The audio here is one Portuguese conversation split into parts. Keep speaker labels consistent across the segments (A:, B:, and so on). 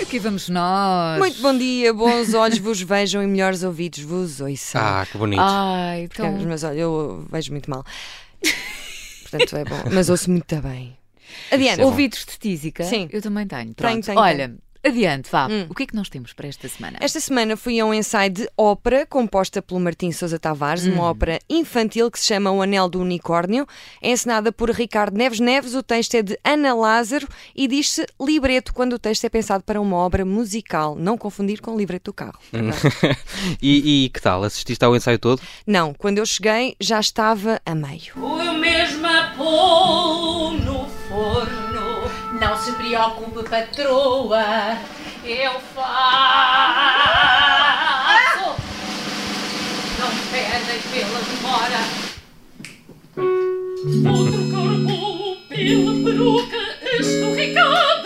A: Aqui vamos nós.
B: Muito bom dia, bons olhos vos vejam e melhores ouvidos vos ouçam.
C: Ah, que bonito.
A: Ai,
B: Porque é os
A: então.
B: meus olhos eu vejo muito mal. Portanto, é bom. Mas ouço muito bem. Adiante.
C: bom.
A: Ouvidos de tísica?
B: Sim.
A: Eu também tenho. Pronto.
B: tenho, Hum.
A: Olha, adiante, vá. O que é que nós temos para esta semana?
B: Esta semana fui a um ensaio de ópera composta pelo Martim Sousa Tavares, uma ópera infantil que se chama O Anel do Unicórnio. É encenada por Ricardo Neves Neves, o texto é de Ana Lázaro e diz-se libreto quando o texto é pensado para uma obra musical. Não confundir com o libreto do carro. é
C: E, e que tal? Assististe ao ensaio todo?
B: Não, quando eu cheguei já estava a meio.
D: Fui o mesmo a pô no forno. Não se preocupe, patroa. Eu faço. Não pedem pela demora. Outro corpo pela peruca esturricada.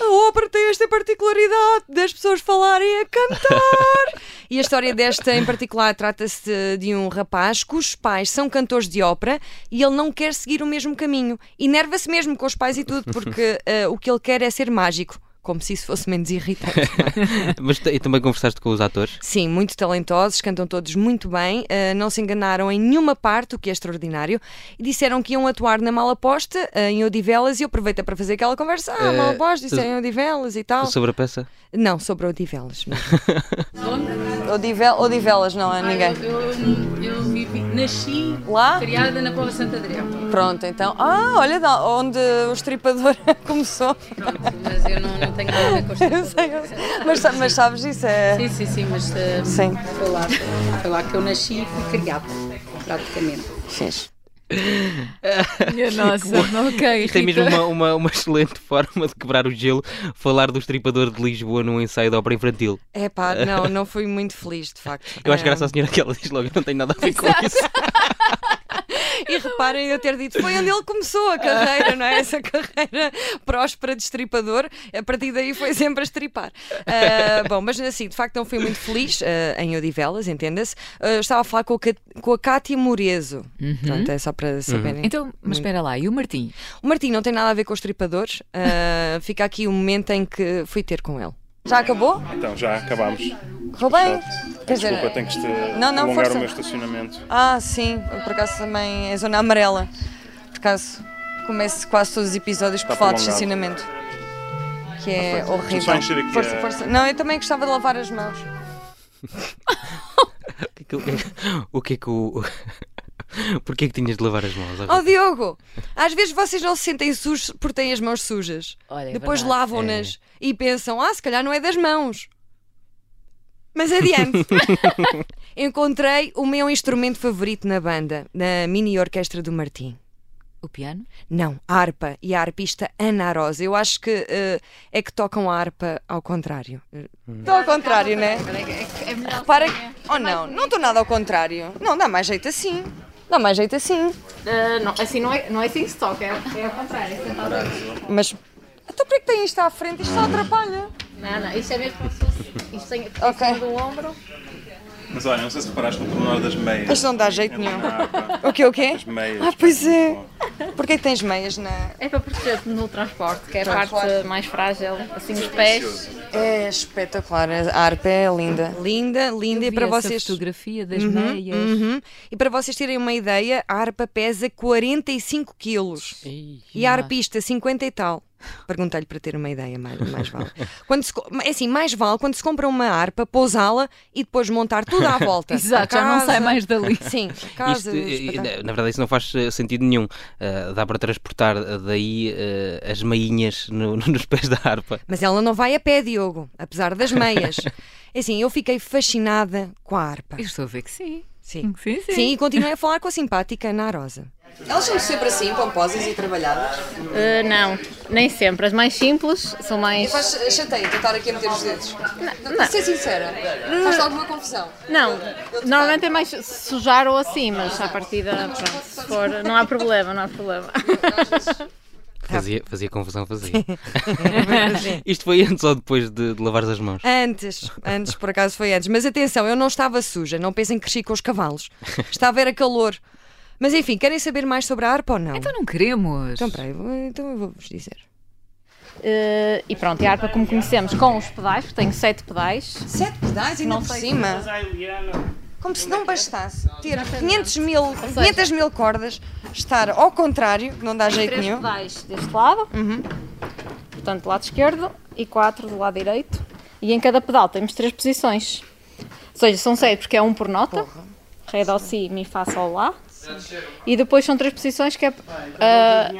B: A ópera tem esta particularidade das pessoas falarem a cantar. e a história desta em particular trata-se de um rapaz cujos pais são cantores de ópera e ele não quer seguir o mesmo caminho. Enerva-se mesmo com os pais e tudo, porque eh, o que ele quer é ser mágico. Como se isso fosse menos irritante. não é?
C: Mas t- e também conversaste com os atores?
B: Sim, muito talentosos, cantam todos muito bem, eh, não se enganaram em nenhuma parte, o que é extraordinário, e disseram que iam atuar na Malaposta, eh, em Odivelas, e eu aproveitei para fazer aquela conversa. Ah,
C: Eh,
B: Malaposta, isso é
C: tu-
B: em Odivelas e tal.
C: Sobre a peça?
B: Não, sobre Odivelas mesmo. Odivel, Odivelas, não é ninguém.
D: Ah, Eu, vivi, nasci
B: Lá?
D: criada na Pola Santa Adriana.
B: Pronto, então. Ah, olha da- onde o estripador começou.
D: Mas eu não, não tenho nada a ver com
B: Eu sei, eu sei. Mas, sa- mas sabes isso? É...
D: Sim, sim, sim, mas eh,
B: Sim.
D: Foi, lá, foi lá que eu nasci e fui criada, praticamente.
B: Fixe.
A: Minha nossa, ok.
C: Isto é mesmo
A: Rita.
C: uma, uma, uma excelente forma de quebrar o gelo, falar do estripador de Lisboa num ensaio de ópera infantil.
B: É pá, não, não fui muito feliz, de facto.
C: Eu acho que
B: Ah,
C: graças à senhora que ela diz logo, eu não tenho nada a ver com isso.
B: E reparem eu ter dito, foi onde ele começou a carreira, não é? Essa carreira próspera de estripador, a partir daí foi sempre a estripar. Ah, bom, mas assim, de facto não fui muito feliz ah, em Odivelas, entenda-se. Ah, estava a falar com, o Cat- com a Cátia Morezo. Pronto, é só para saberem.
A: Então, mas espera lá, e o Martim?
B: O Martim não tem nada a ver com os estripadores, ah, fica aqui o momento em que fui ter com ele. Já acabou?
E: Então, já acabámos.
B: Correu bem? Quer dizer,
E: Desculpa, tenho que este...
B: Não, não,
E: alongar
B: força.
E: o meu estacionamento.
B: Ah, sim, por acaso também é zona amarela. Por acaso começo quase todos os episódios por
E: Está
B: falta de
E: prolongado.
B: estacionamento. Que é
E: Perfeito.
B: horrível.
E: Deixa-me só encher aqui
B: força,
E: a-
B: força. Não, eu também gostava de lavar as mãos.
C: O que é que o- O que é que o. Porquê é que tinhas de lavar as mãos?
B: Oh, Diogo, às vezes vocês não se sentem sujos porque têm as mãos sujas.
A: Olha, é
B: Depois
A: verdade.
B: lavam-nas e pensam, ah, se calhar não é das mãos. Mas adiante. Encontrei o meu instrumento favorito na banda, na mini orquestra do Martim.
A: O piano?
B: Não, a harpa e a harpista Ana Rosa. Eu acho que eh, é que tocam a harpa ao contrário.
E: Hum.
B: Estou ao contrário, né? Repara que. Oh não, não estou nada ao contrário. Não, dá mais jeito assim. Dá mais jeito assim.
D: não, assim não é, não é assim que se toca, é, ao contrário.
B: Mas. Então por que tem isto à frente? Isto só atrapalha.
D: não, não, isto é mesmo como se fosse. Isto tem okay.
B: Ok.
D: do ombro.
E: Mas olha, não sei se reparaste no pormenor das meias.
B: Isto não dá jeito nenhum.
E: Ah, pá,
B: O quê, o quê?
E: As meias.
B: Ah, pois é.
E: pá.
B: Porquê que tens meias na.
D: É para proteger-te no transporte, que é a
B: Transporte.
D: parte mais frágil, assim os pés.
B: É espetacular. A harpa é linda. Linda, linda.
A: Eu
B: E para
A: vi essa
B: vocês.
A: fotografia das meias.
B: Uhum. E para vocês terem uma ideia, a harpa pesa 45 quilos. E a harpista, 50 e tal. Perguntei-lhe para ter uma ideia, mais, mais vale. Quando se, co- é assim, mais vale quando se compra uma harpa, pousá-la e depois montar tudo à volta.
A: Exato, já não
B: Casa-
A: sai mais dali.
B: Sim,
C: Isto,
B: casa.
C: eh,
B: espetáculo.
C: na, na verdade, isso não faz eh, sentido nenhum. Ah, dá para transportar eh, daí eh, as meinhas no- nos pés da harpa.
B: Mas ela não vai a pé, Diogo, apesar das meias. É Assim, eu fiquei fascinada com a harpa.
A: Eu estou a ver que sim.
B: Sim.
A: Sim, sim.
B: Sim, e continuei a falar com a simpática Ana Rosa. Elas são sempre assim, pomposas e trabalhadas.
D: Eh, não, nem sempre. As mais simples são mais.
B: chateio de estar aqui a meter os dedos.
D: Não, não.
B: ser sincera, faz alguma confusão.
D: Não, normalmente é mais sujar ou assim, mas à partida, pronto, se for, não há problema, não há problema.
C: Fazia, fazia confusão, fazia. Isto foi antes ou depois de, de lavares as mãos?
B: Antes, antes, por acaso foi antes. Mas atenção, eu não estava suja, não pensem que cresci com os cavalos. Estava era calor. Mas enfim, querem saber mais sobre a harpa ou não?
A: Então não queremos.
B: Então, peraí, vou- então eu vou-vos dizer.
F: Eh, e pronto, e a harpa como conhecemos com os pedais, porque tenho sete pedais.
B: Sete pedais ainda
F: Não
B: por
F: sei.
B: cima. Como se
F: é
B: não bastasse ter 500 mil, 500 mil cordas, estar ao contrário, que não dá jeito
F: Três
B: nenhum.
F: pedais deste lado,
D: Uhum.
F: portanto do lado esquerdo, e quatro do lado direito. E em cada pedal temos três posições. Ou seja, são sete porque é um por nota. Ré, Dó, Si, Mi, Fá, Sol, Lá. E depois são três posições que é. ah,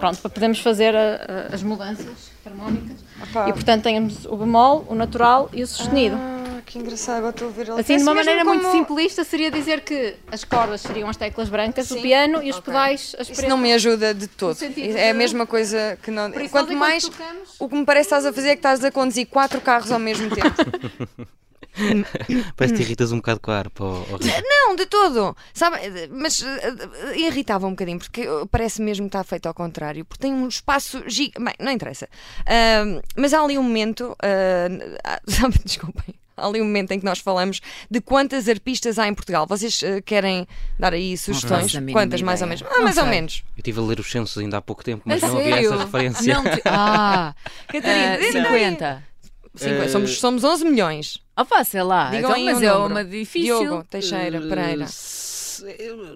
F: pronto, para podermos fazer ah, ah, as mudanças harmónicas.
B: Opa.
F: E portanto temos o bemol, o natural e o sustenido.
B: Ah, que engraçado, agora estou a ouvir ele.
F: Assim, de uma
B: Parece
F: maneira
B: mesmo
F: muito
B: como-
F: simplista, seria dizer que as cordas seriam as teclas brancas,
B: Sim.
F: o piano e os
B: Ok.
F: pedais as
B: Isso
F: pretas.
B: não me ajuda de todo.
F: sentido
B: É a
F: de-
B: mesma coisa é que não. Quanto
F: isso, nós enquanto
B: mais.
F: tocamos-
B: O que me parece que estás a fazer é que estás a conduzir quatro carros ao mesmo tempo.
C: Parece que te irritas um bocado com a harpa. ó- ó Rita.
B: não, de todo. Sabe? Mas eh, eh, irritava um bocadinho, porque eh, parece mesmo que está feito ao contrário. Porque tem um espaço. Gig... Bem, não interessa. Ahm, mas há ali um momento. ah, sabe, desculpem. Há ali um momento em que nós falamos de quantas arpistas há em Portugal. Vocês eh, querem dar aí sugestões?
A: faço a mínima
B: Quantas, mais ou
A: ideia.
B: menos? Ah,
A: Não
B: mais ou
A: sei.
B: menos.
C: Eu estive a ler os censos ainda há pouco tempo,
A: A
C: mas não havia
A: sério?
C: essa referência.
A: Não te- Ah,
B: Catarina,
A: ah,
B: diz aí.
A: 50.
B: Cinqu-
A: Eh,
B: somos, somos 11 milhões.
A: Opa, Ah, sei lá.
B: Digam
A: então,
B: aí
A: mas
B: um
A: é
B: número.
A: uma difícil.
B: Diogo, Teixeira, Pereira.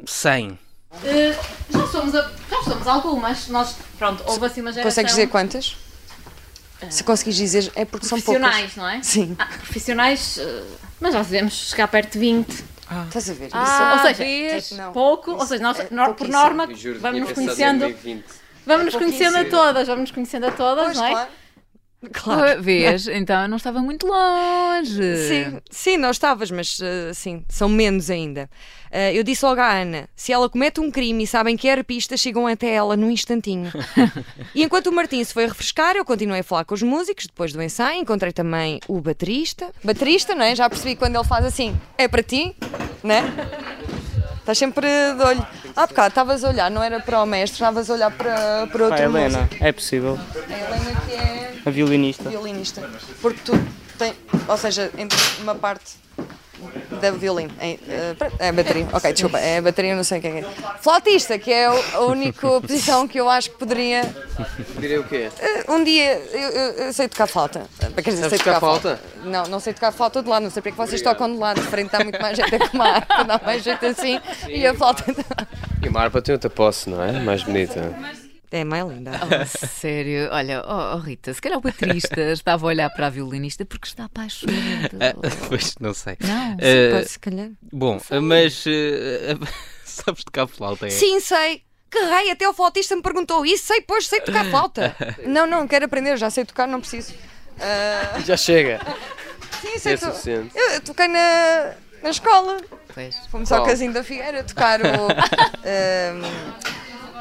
C: 100.
F: Eh, já, somos a- já somos algumas. Nós, pronto, houve assim uma geração.
B: Consegues dizer quantas? Se conseguires dizer, é porque são poucas.
F: Profissionais, não é?
B: Sim.
F: Ah, profissionais, eh, mas já devemos chegar perto de 20.
B: Estás a ver?
A: Ah,
F: ou seja,
A: vês?
B: é Não.
F: Ah,
B: é
F: pouco, ou seja, nós nor- por
B: pouquíssimo.
F: norma
G: Eu juro,
F: vamos nos
G: tinha pensado
F: conhecendo,
G: em meio 20.
F: vamos nos
B: É
F: conhecendo a
G: pouquíssimo.
F: todas, vamos nos conhecendo a todas,
B: Pois,
F: não é?
B: claro. Claro.
A: Ah, Vês? Então eu não estava muito longe.
B: Sim, sim, não estavas, mas eh, sim, são menos ainda. Eh, eu disse logo à Ana: se ela comete um crime e sabem que é arpista, chegam até ela num instantinho. e enquanto o Martim se foi refrescar, eu continuei a falar com os músicos depois do ensaio. Encontrei também o baterista. Baterista, não é? Já percebi que quando ele faz assim: é para ti, não é? Estás sempre de olho. Ah, bocado, estavas a olhar, não era para o mestre, estavas a olhar para, para outro
H: Pá, Helena,
B: músico.
H: é possível.
B: A Helena que é
H: A violinista.
B: violinista. Porque tu tens, ou seja, entre uma parte da violino. É, eh, pronto, é bateria. Ok, desculpa, é bateria, não sei quem é. Flautista, que é o- a única posição que eu acho que poderia.
G: Direi o quê?
B: eh, Um dia eu, eu- eu sei tocar flauta. Eh, Quer dizer,
G: Sabes
B: sei
G: tocar
B: tocar flauta. Não, não sei tocar flauta de lado, não sei porque vocês tocam de lado. De frente dá muito mais jeito a com uma harpa, dá mais jeito assim e a flauta.
G: E uma harpa tem outra posse, não é? Mais bonita.
B: É mais linda.
A: Oh, sério, olha, oh, oh, Rita, se calhar o baterista estava a olhar para a violinista porque está apaixonado.
C: Ah, pois, não sei.
A: Não,
C: Eh,
B: Pode, se calhar.
C: bom, mas eh, sabes tocar flauta, é?
B: Sim, sei. Que raio, até o flautista me perguntou isso. Sei, pois, sei tocar flauta. não, não, quero aprender, já sei tocar, não preciso. Ah,
G: Já chega.
B: sim, sei
G: É
B: to-
G: suficiente.
B: Eu, eu toquei na, na escola.
A: Pois.
B: Fomos ao
G: Qual?
B: Casinho da Figueira tocar o. ahm,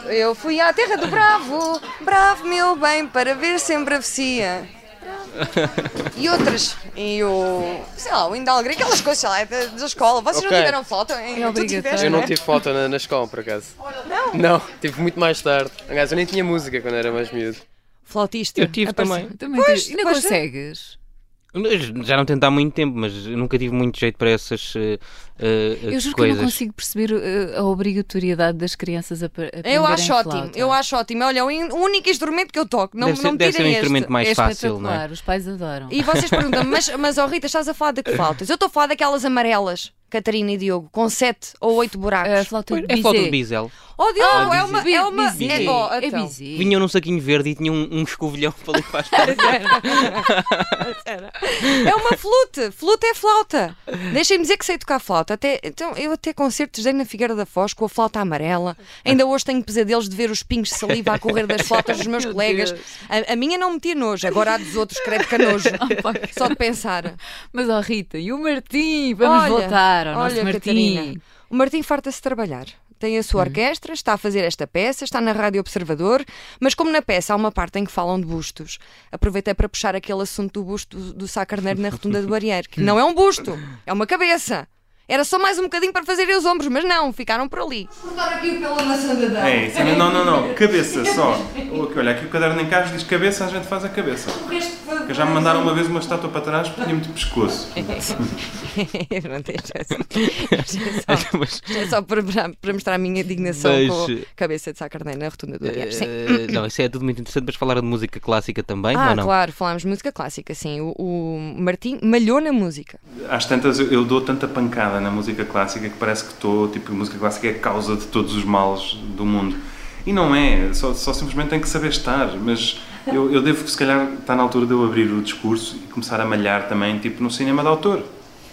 B: eu fui à terra do Bravo, Bravo, meu bem, para ver sempre a vicia. E outras, e o. sei lá, o Indal Grego, aquelas coisas sei lá, é da, da escola. Vocês
G: Ok.
B: não tiveram flauta? Em- tu
A: obrigatório.
B: tiveste,
G: Eu
B: não
G: não
B: é?
G: tive flauta na, na escola, por acaso. Não? Não, tive muito mais tarde. Aliás, eu nem tinha música quando era mais miúdo.
B: Flautista.
C: Eu tive
B: apareceu.
C: também.
A: Também
B: Pois,
A: te- Então, ainda
B: pois é.
A: consegues.
C: Já não tento há muito tempo, mas eu nunca tive muito jeito para essas eh, eh,
A: Eu juro que eu
C: coisas.
A: não consigo perceber eh, a obrigatoriedade das crianças a apre- aprenderem
B: Eu acho
A: flauta.
B: ótimo, eu acho ótimo. Olha, é o in- o único instrumento que eu toco. Não,
C: deve ser,
B: não me
C: deve ser um
B: tirem este.
C: instrumento mais
A: É
C: fácil, não é?
A: espetacular, os pais adoram.
B: E vocês perguntam, mas, mas oh Rita, estás a falar de que flautas? Eu estou a falar daquelas amarelas, Catarina e Diogo, com sete ou oito buracos.
A: A flauta
C: Pois,
A: de
C: É flauta de
A: Bizet.
C: bisel.
B: oh Diogo,
C: Ah,
B: é uma. É uma.
A: Bizet.
B: É, oh,
A: É
B: então.
A: Bizet.
C: Vinham num saquinho verde e tinham um, um escovilhão para limpar as pernas.
B: É uma flute. Flute é flauta. Deixem-me dizer que sei tocar flauta. Até, então, eu até concertos dei na Figueira da Foz com a flauta amarela. Ainda hoje tenho pesadelos de ver os pingos de saliva a correr das flautas dos meus colegas. A, a minha não me tinha nojo, agora a dos outros, creio que é nojo. Só de pensar.
A: Mas, ó Rita, e o Martim? Vamos
B: Olha,
A: voltar ao nosso
B: olha,
A: Martim. Hum.
B: Catarina, o Martim farta-se de trabalhar. Tem a sua orquestra, está a fazer esta peça, está na Rádio Observador, mas como na peça há uma parte em que falam de bustos, aproveitei para puxar aquele assunto do busto do, do Sá Carneiro na Rotunda do Barreiro, que não é um busto, é uma cabeça. É Era só mais um bocadinho para fazerem os ombros, mas não, ficaram por ali.
H: cortar aqui o pelo da maçã da dama.
E: É isso, não, não, não, cabeça só. Ou aqui, Olha, aqui o caderno em casa diz cabeça, a gente faz a cabeça.
H: O resto foi-
E: Que Já me mandaram uma vez uma estátua para trás porque tinha muito pescoço.
B: não deixa assim. Isto é só-
C: Mas,
B: isto é só para, para mostrar a minha indignação com
C: Mas-
B: a cabeça de Sá Carneiro na rotunda do Arias. Sim.
C: eh, não, isso é tudo muito interessante, mas falaram de música clássica também,
B: Ah,
C: ou não?
B: claro, falámos de música clássica, sim. O, o Martim malhou na música.
E: Às tantas eu, eu dou tanta pancada na música clássica que parece que estou, tipo, a música clássica é a causa de todos os males do mundo. E não é, só, só simplesmente tem que saber estar, mas eu, eu devo, se calhar, está na altura de eu abrir o discurso e começar a malhar também, tipo, no cinema de autor.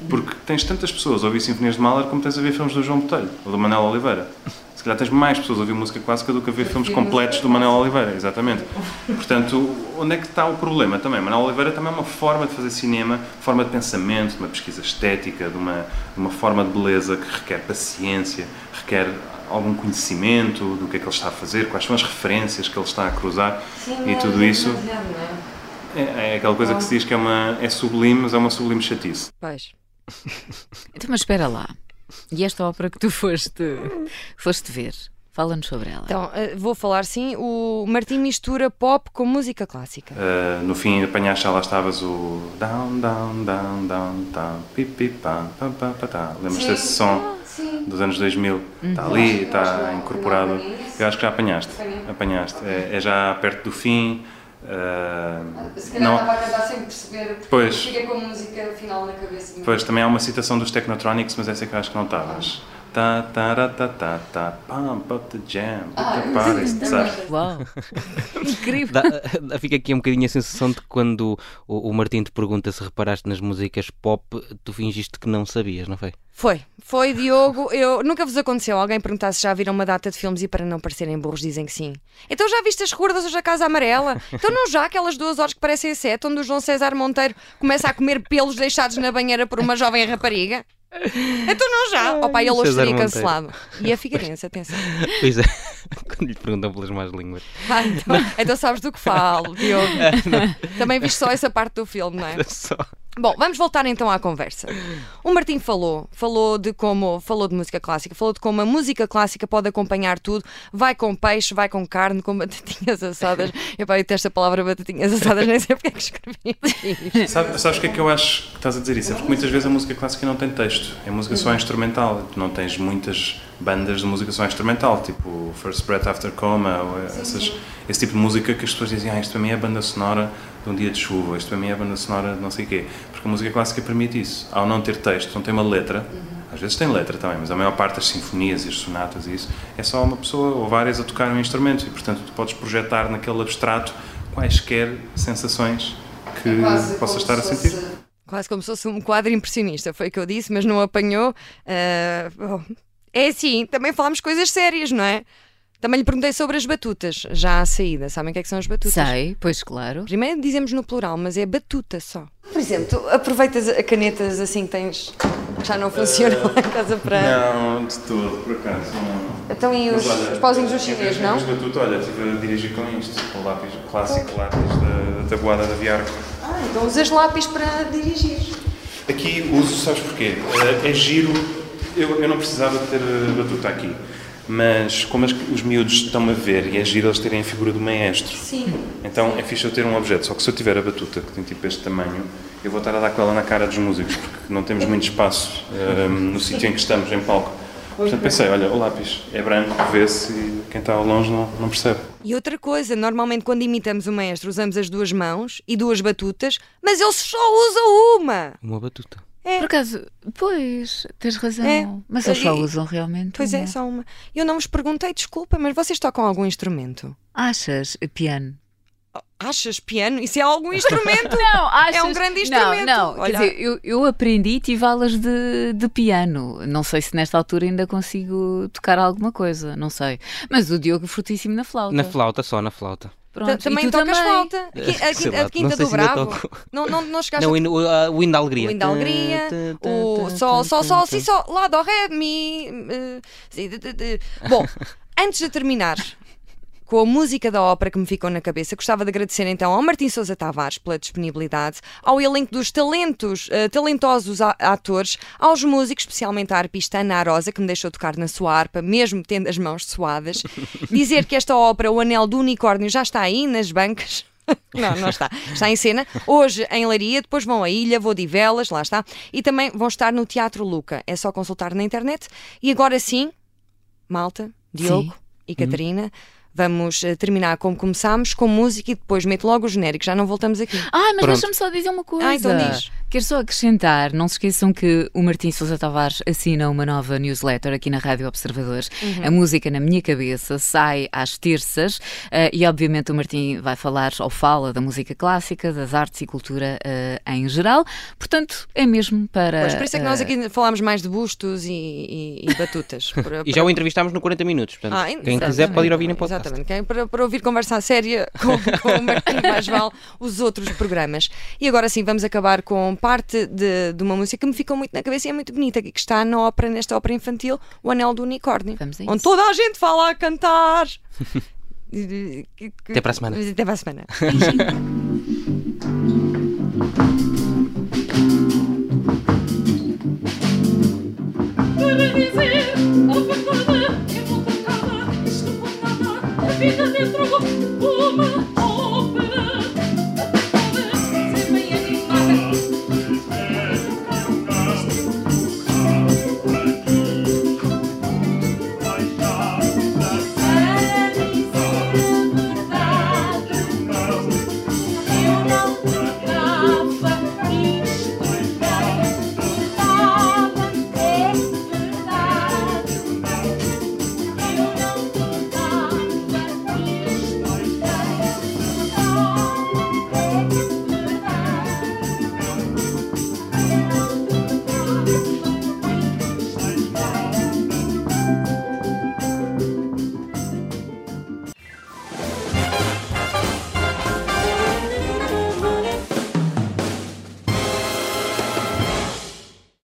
E: Porque tens tantas pessoas a ouvir sinfonias de Mahler como tens a ver filmes do João Botelho ou do Manuel Oliveira. Se calhar tens mais pessoas a ouvir música clássica do que a ver filmes completos do Manuel Oliveira, exatamente. Portanto, onde é que está o problema também? Manuel Oliveira também é uma forma de fazer cinema, forma de pensamento, de uma pesquisa estética, de uma, de uma forma de beleza que requer paciência, requer algum conhecimento do que é que ele está a fazer, quais são as referências que ele está a cruzar e tudo isso. É, é aquela coisa que se diz que é, uma, é sublime, mas é uma sublime chatice.
B: Pois.
A: Então, mas espera lá. E esta ópera que tu foste, foste ver? Fala-nos sobre ela.
B: Então, eh, vou falar sim. O Martim mistura pop com música clássica.
E: Uh, no fim apanhaste lá estavas o down, down, down, down, down, pipi, pam, pam, pam, pam, tá. Lembras-te desse som dos anos 2000?
H: Uhum.
E: Está ali,
H: é
E: está incorporado. Eu acho que já apanhaste. Apanhaste. É, é já perto do fim. uh,
H: Se calhar
E: não,
H: estava a cantar sem perceber, porque
E: Pois.
H: fica com a música final na cabeça.
E: pois também há uma citação dos Technotronics, mas essa é que eu acho que não
H: Ah.
E: estavas. Tá, tá, tá, tá, tá, tá, pump up the jam,
H: Ah,
E: put the party, sabes?
A: Uau! Incrível!
C: Dá- dá- fica aqui um bocadinho a sensação de que quando o, o Martim te pergunta se reparaste nas músicas pop, tu fingiste que não sabias, não foi?
B: Foi, foi Diogo. Eu nunca vos aconteceu alguém perguntar se já viram uma data de filmes e para não parecerem burros dizem que sim. Então já viste as gordas hoje a Casa Amarela? Então não já aquelas duas horas que parecem sete onde o João César Monteiro começa a comer pelos deixados na banheira por uma jovem rapariga? Então não já. Opa, ele hoje
C: César
B: seria
C: Monteiro.
B: cancelado. E a Figueirense, atenção.
C: Pois é, quando lhe perguntam pelas más línguas.
B: Ah, então, então sabes do que falo, Diogo.
C: É,
B: Também viste só essa parte do filme, não é?
C: Só.
B: Bom, vamos voltar então à conversa. O Martim falou, falou de como, falou de música clássica, falou de como a música clássica pode acompanhar tudo. Vai com peixe, vai com carne, com batatinhas assadas. Eu pá, eu detesto a palavra batatinhas assadas, nem sei porque é que escrevi.
E: Sabe- sabes o que é que eu acho que estás a dizer isso? É porque muitas vezes a música clássica não tem texto, é música só instrumental. Tu não tens muitas bandas de música só instrumental, tipo First Breath After Coma, ou essas- esse tipo de música que as pessoas dizem, ah, isto para mim é a banda sonora de um dia de chuva, isto para mim é a banda sonora de não sei o quê. Porque a música clássica permite isso. Ao não ter texto, não tem uma letra, às vezes tem letra também, mas a maior parte das sinfonias e as sonatas e isso, é só uma pessoa ou várias a tocar um instrumento e, portanto, tu podes projetar naquele abstrato quaisquer sensações que
H: É Quase
E: possas
H: como
E: estar a
H: se
E: sentir.
H: fosse-
B: Quase como se fosse um quadro impressionista, foi o que eu disse, mas não apanhou. Ah, bom, é assim, também falámos coisas sérias, não é? Também lhe perguntei sobre as batutas, já à saída. Sabem o que é que são as batutas?
A: Sei, pois claro.
B: Primeiro dizemos no plural, mas é batuta só.
H: Por exemplo, tu aproveitas a canetas assim que tens, que já não funcionam
C: Eh,
H: lá em casa para.
E: Não, de todo, por acaso. Não.
H: Então e os,
E: Mas olha, é
H: os pauzinhos do chinês,
E: entre-
H: não?
E: entre os batuta, olha, estive a dirigir com isto, com o lápis clássico, lápis da, da tabuada da Viarco.
H: Ah, então usas lápis para dirigir.
E: Aqui uso, sabes porquê? Eh, É giro, eu, eu não precisava de ter eh, batuta aqui, mas como as- os miúdos estão a ver e é giro eles terem a figura do maestro.
H: Sim.
E: Então é fixe eu ter um objeto, só que se eu tiver a batuta, que tem tipo este tamanho, eu vou estar a dar com ela na cara dos músicos, porque não temos muito espaço ehm, no sítio em que estamos, em palco. Portanto pensei, olha, o lápis é branco, vê-se e quem está ao longe não, não percebe.
B: E outra coisa, normalmente quando imitamos o maestro usamos as duas mãos e duas batutas, mas ele só usa uma.
C: Uma batuta.
A: Por acaso, pois, tens razão.
B: É.
A: Mas eles só
B: E-
A: usam realmente.
B: Pois
A: uma.
B: é, só uma. Eu não vos perguntei, desculpa, mas vocês tocam algum instrumento?
A: Achas piano?
B: Achas piano? Isso é algum instrumento?
A: Não, achas...
B: É um grande instrumento.
A: Não, não.
B: Olha.
A: Quer dizer, eu, eu aprendi tive aulas de, de piano. Não sei se nesta altura ainda consigo tocar alguma coisa, não sei. Mas o Diogo é fortíssimo na flauta.
C: Na flauta, só na flauta.
B: Ta-
A: Pronto.
B: também
A: e tu
B: tocas
A: também.
B: flauta? A, qui- a,
C: Sei
B: quinta-
C: lá,
B: a Quinta
C: não sei
B: do
C: se ainda
B: Bravo?
C: toco.
B: Não, não, não chegaste
C: Não,
B: a
C: o hino- o ah, o hino da alegria.
B: O hino da alegria, o sol, sol, sol, si, sol, lá, dó, ré, mi. eh, si, de, de, de. Bom, antes de terminar com a música da ópera que me ficou na cabeça. Gostava de agradecer então ao Martim Sousa Tavares pela disponibilidade, ao elenco dos talentos, eh, talentosos a- atores, aos músicos, especialmente à arpista Ana Arosa, que me deixou tocar na sua harpa, mesmo tendo as mãos suadas. Dizer que esta ópera, O Anel do Unicórnio, já está aí nas bancas. Não, não está. Está em cena. Hoje em Leiria, depois vão à Ilha, vou de Velas, lá está. E também vão estar no Teatro Luca. É só consultar na internet. E agora sim, Malta, Diogo e Catarina, vamos eh, terminar como começámos, com música e depois meto logo o genérico. Já não voltamos aqui.
A: Ah, mas
C: Pronto.
A: deixa-me só dizer uma coisa.
B: Ah, então diz.
A: Quero só acrescentar, não se esqueçam que o Martim Sousa Tavares assina uma nova newsletter aqui na Rádio Observadores.
B: Uhum.
A: A música na minha cabeça sai às terças eh, e, obviamente, o Martim vai falar ou fala da música clássica, das artes e cultura eh, em geral. Portanto, é mesmo para.
B: Pois, por isso é que nós
A: eh,
B: aqui falámos mais de bustos e, e- e batutas. Por-
C: E já o entrevistámos no 40 minutos, portanto,
B: Ah,
C: quem
B: exatamente.
C: quiser pode ir ouvir em podcast.
B: Exatamente. Quem, para, para ouvir conversa séria com, com o Martim, mais vale os outros programas. E agora sim, vamos acabar com parte de, de uma música que me ficou muito na cabeça e é muito bonita, que está na ópera, nesta ópera infantil, O Anel do Unicórnio.
A: Vamos a
B: onde
A: isso.
B: toda a gente fala a cantar.
C: Até para a semana.
B: Até para a semana.
D: Quero dizer, acordada, em outra casa, isto por nada, a vida dentro do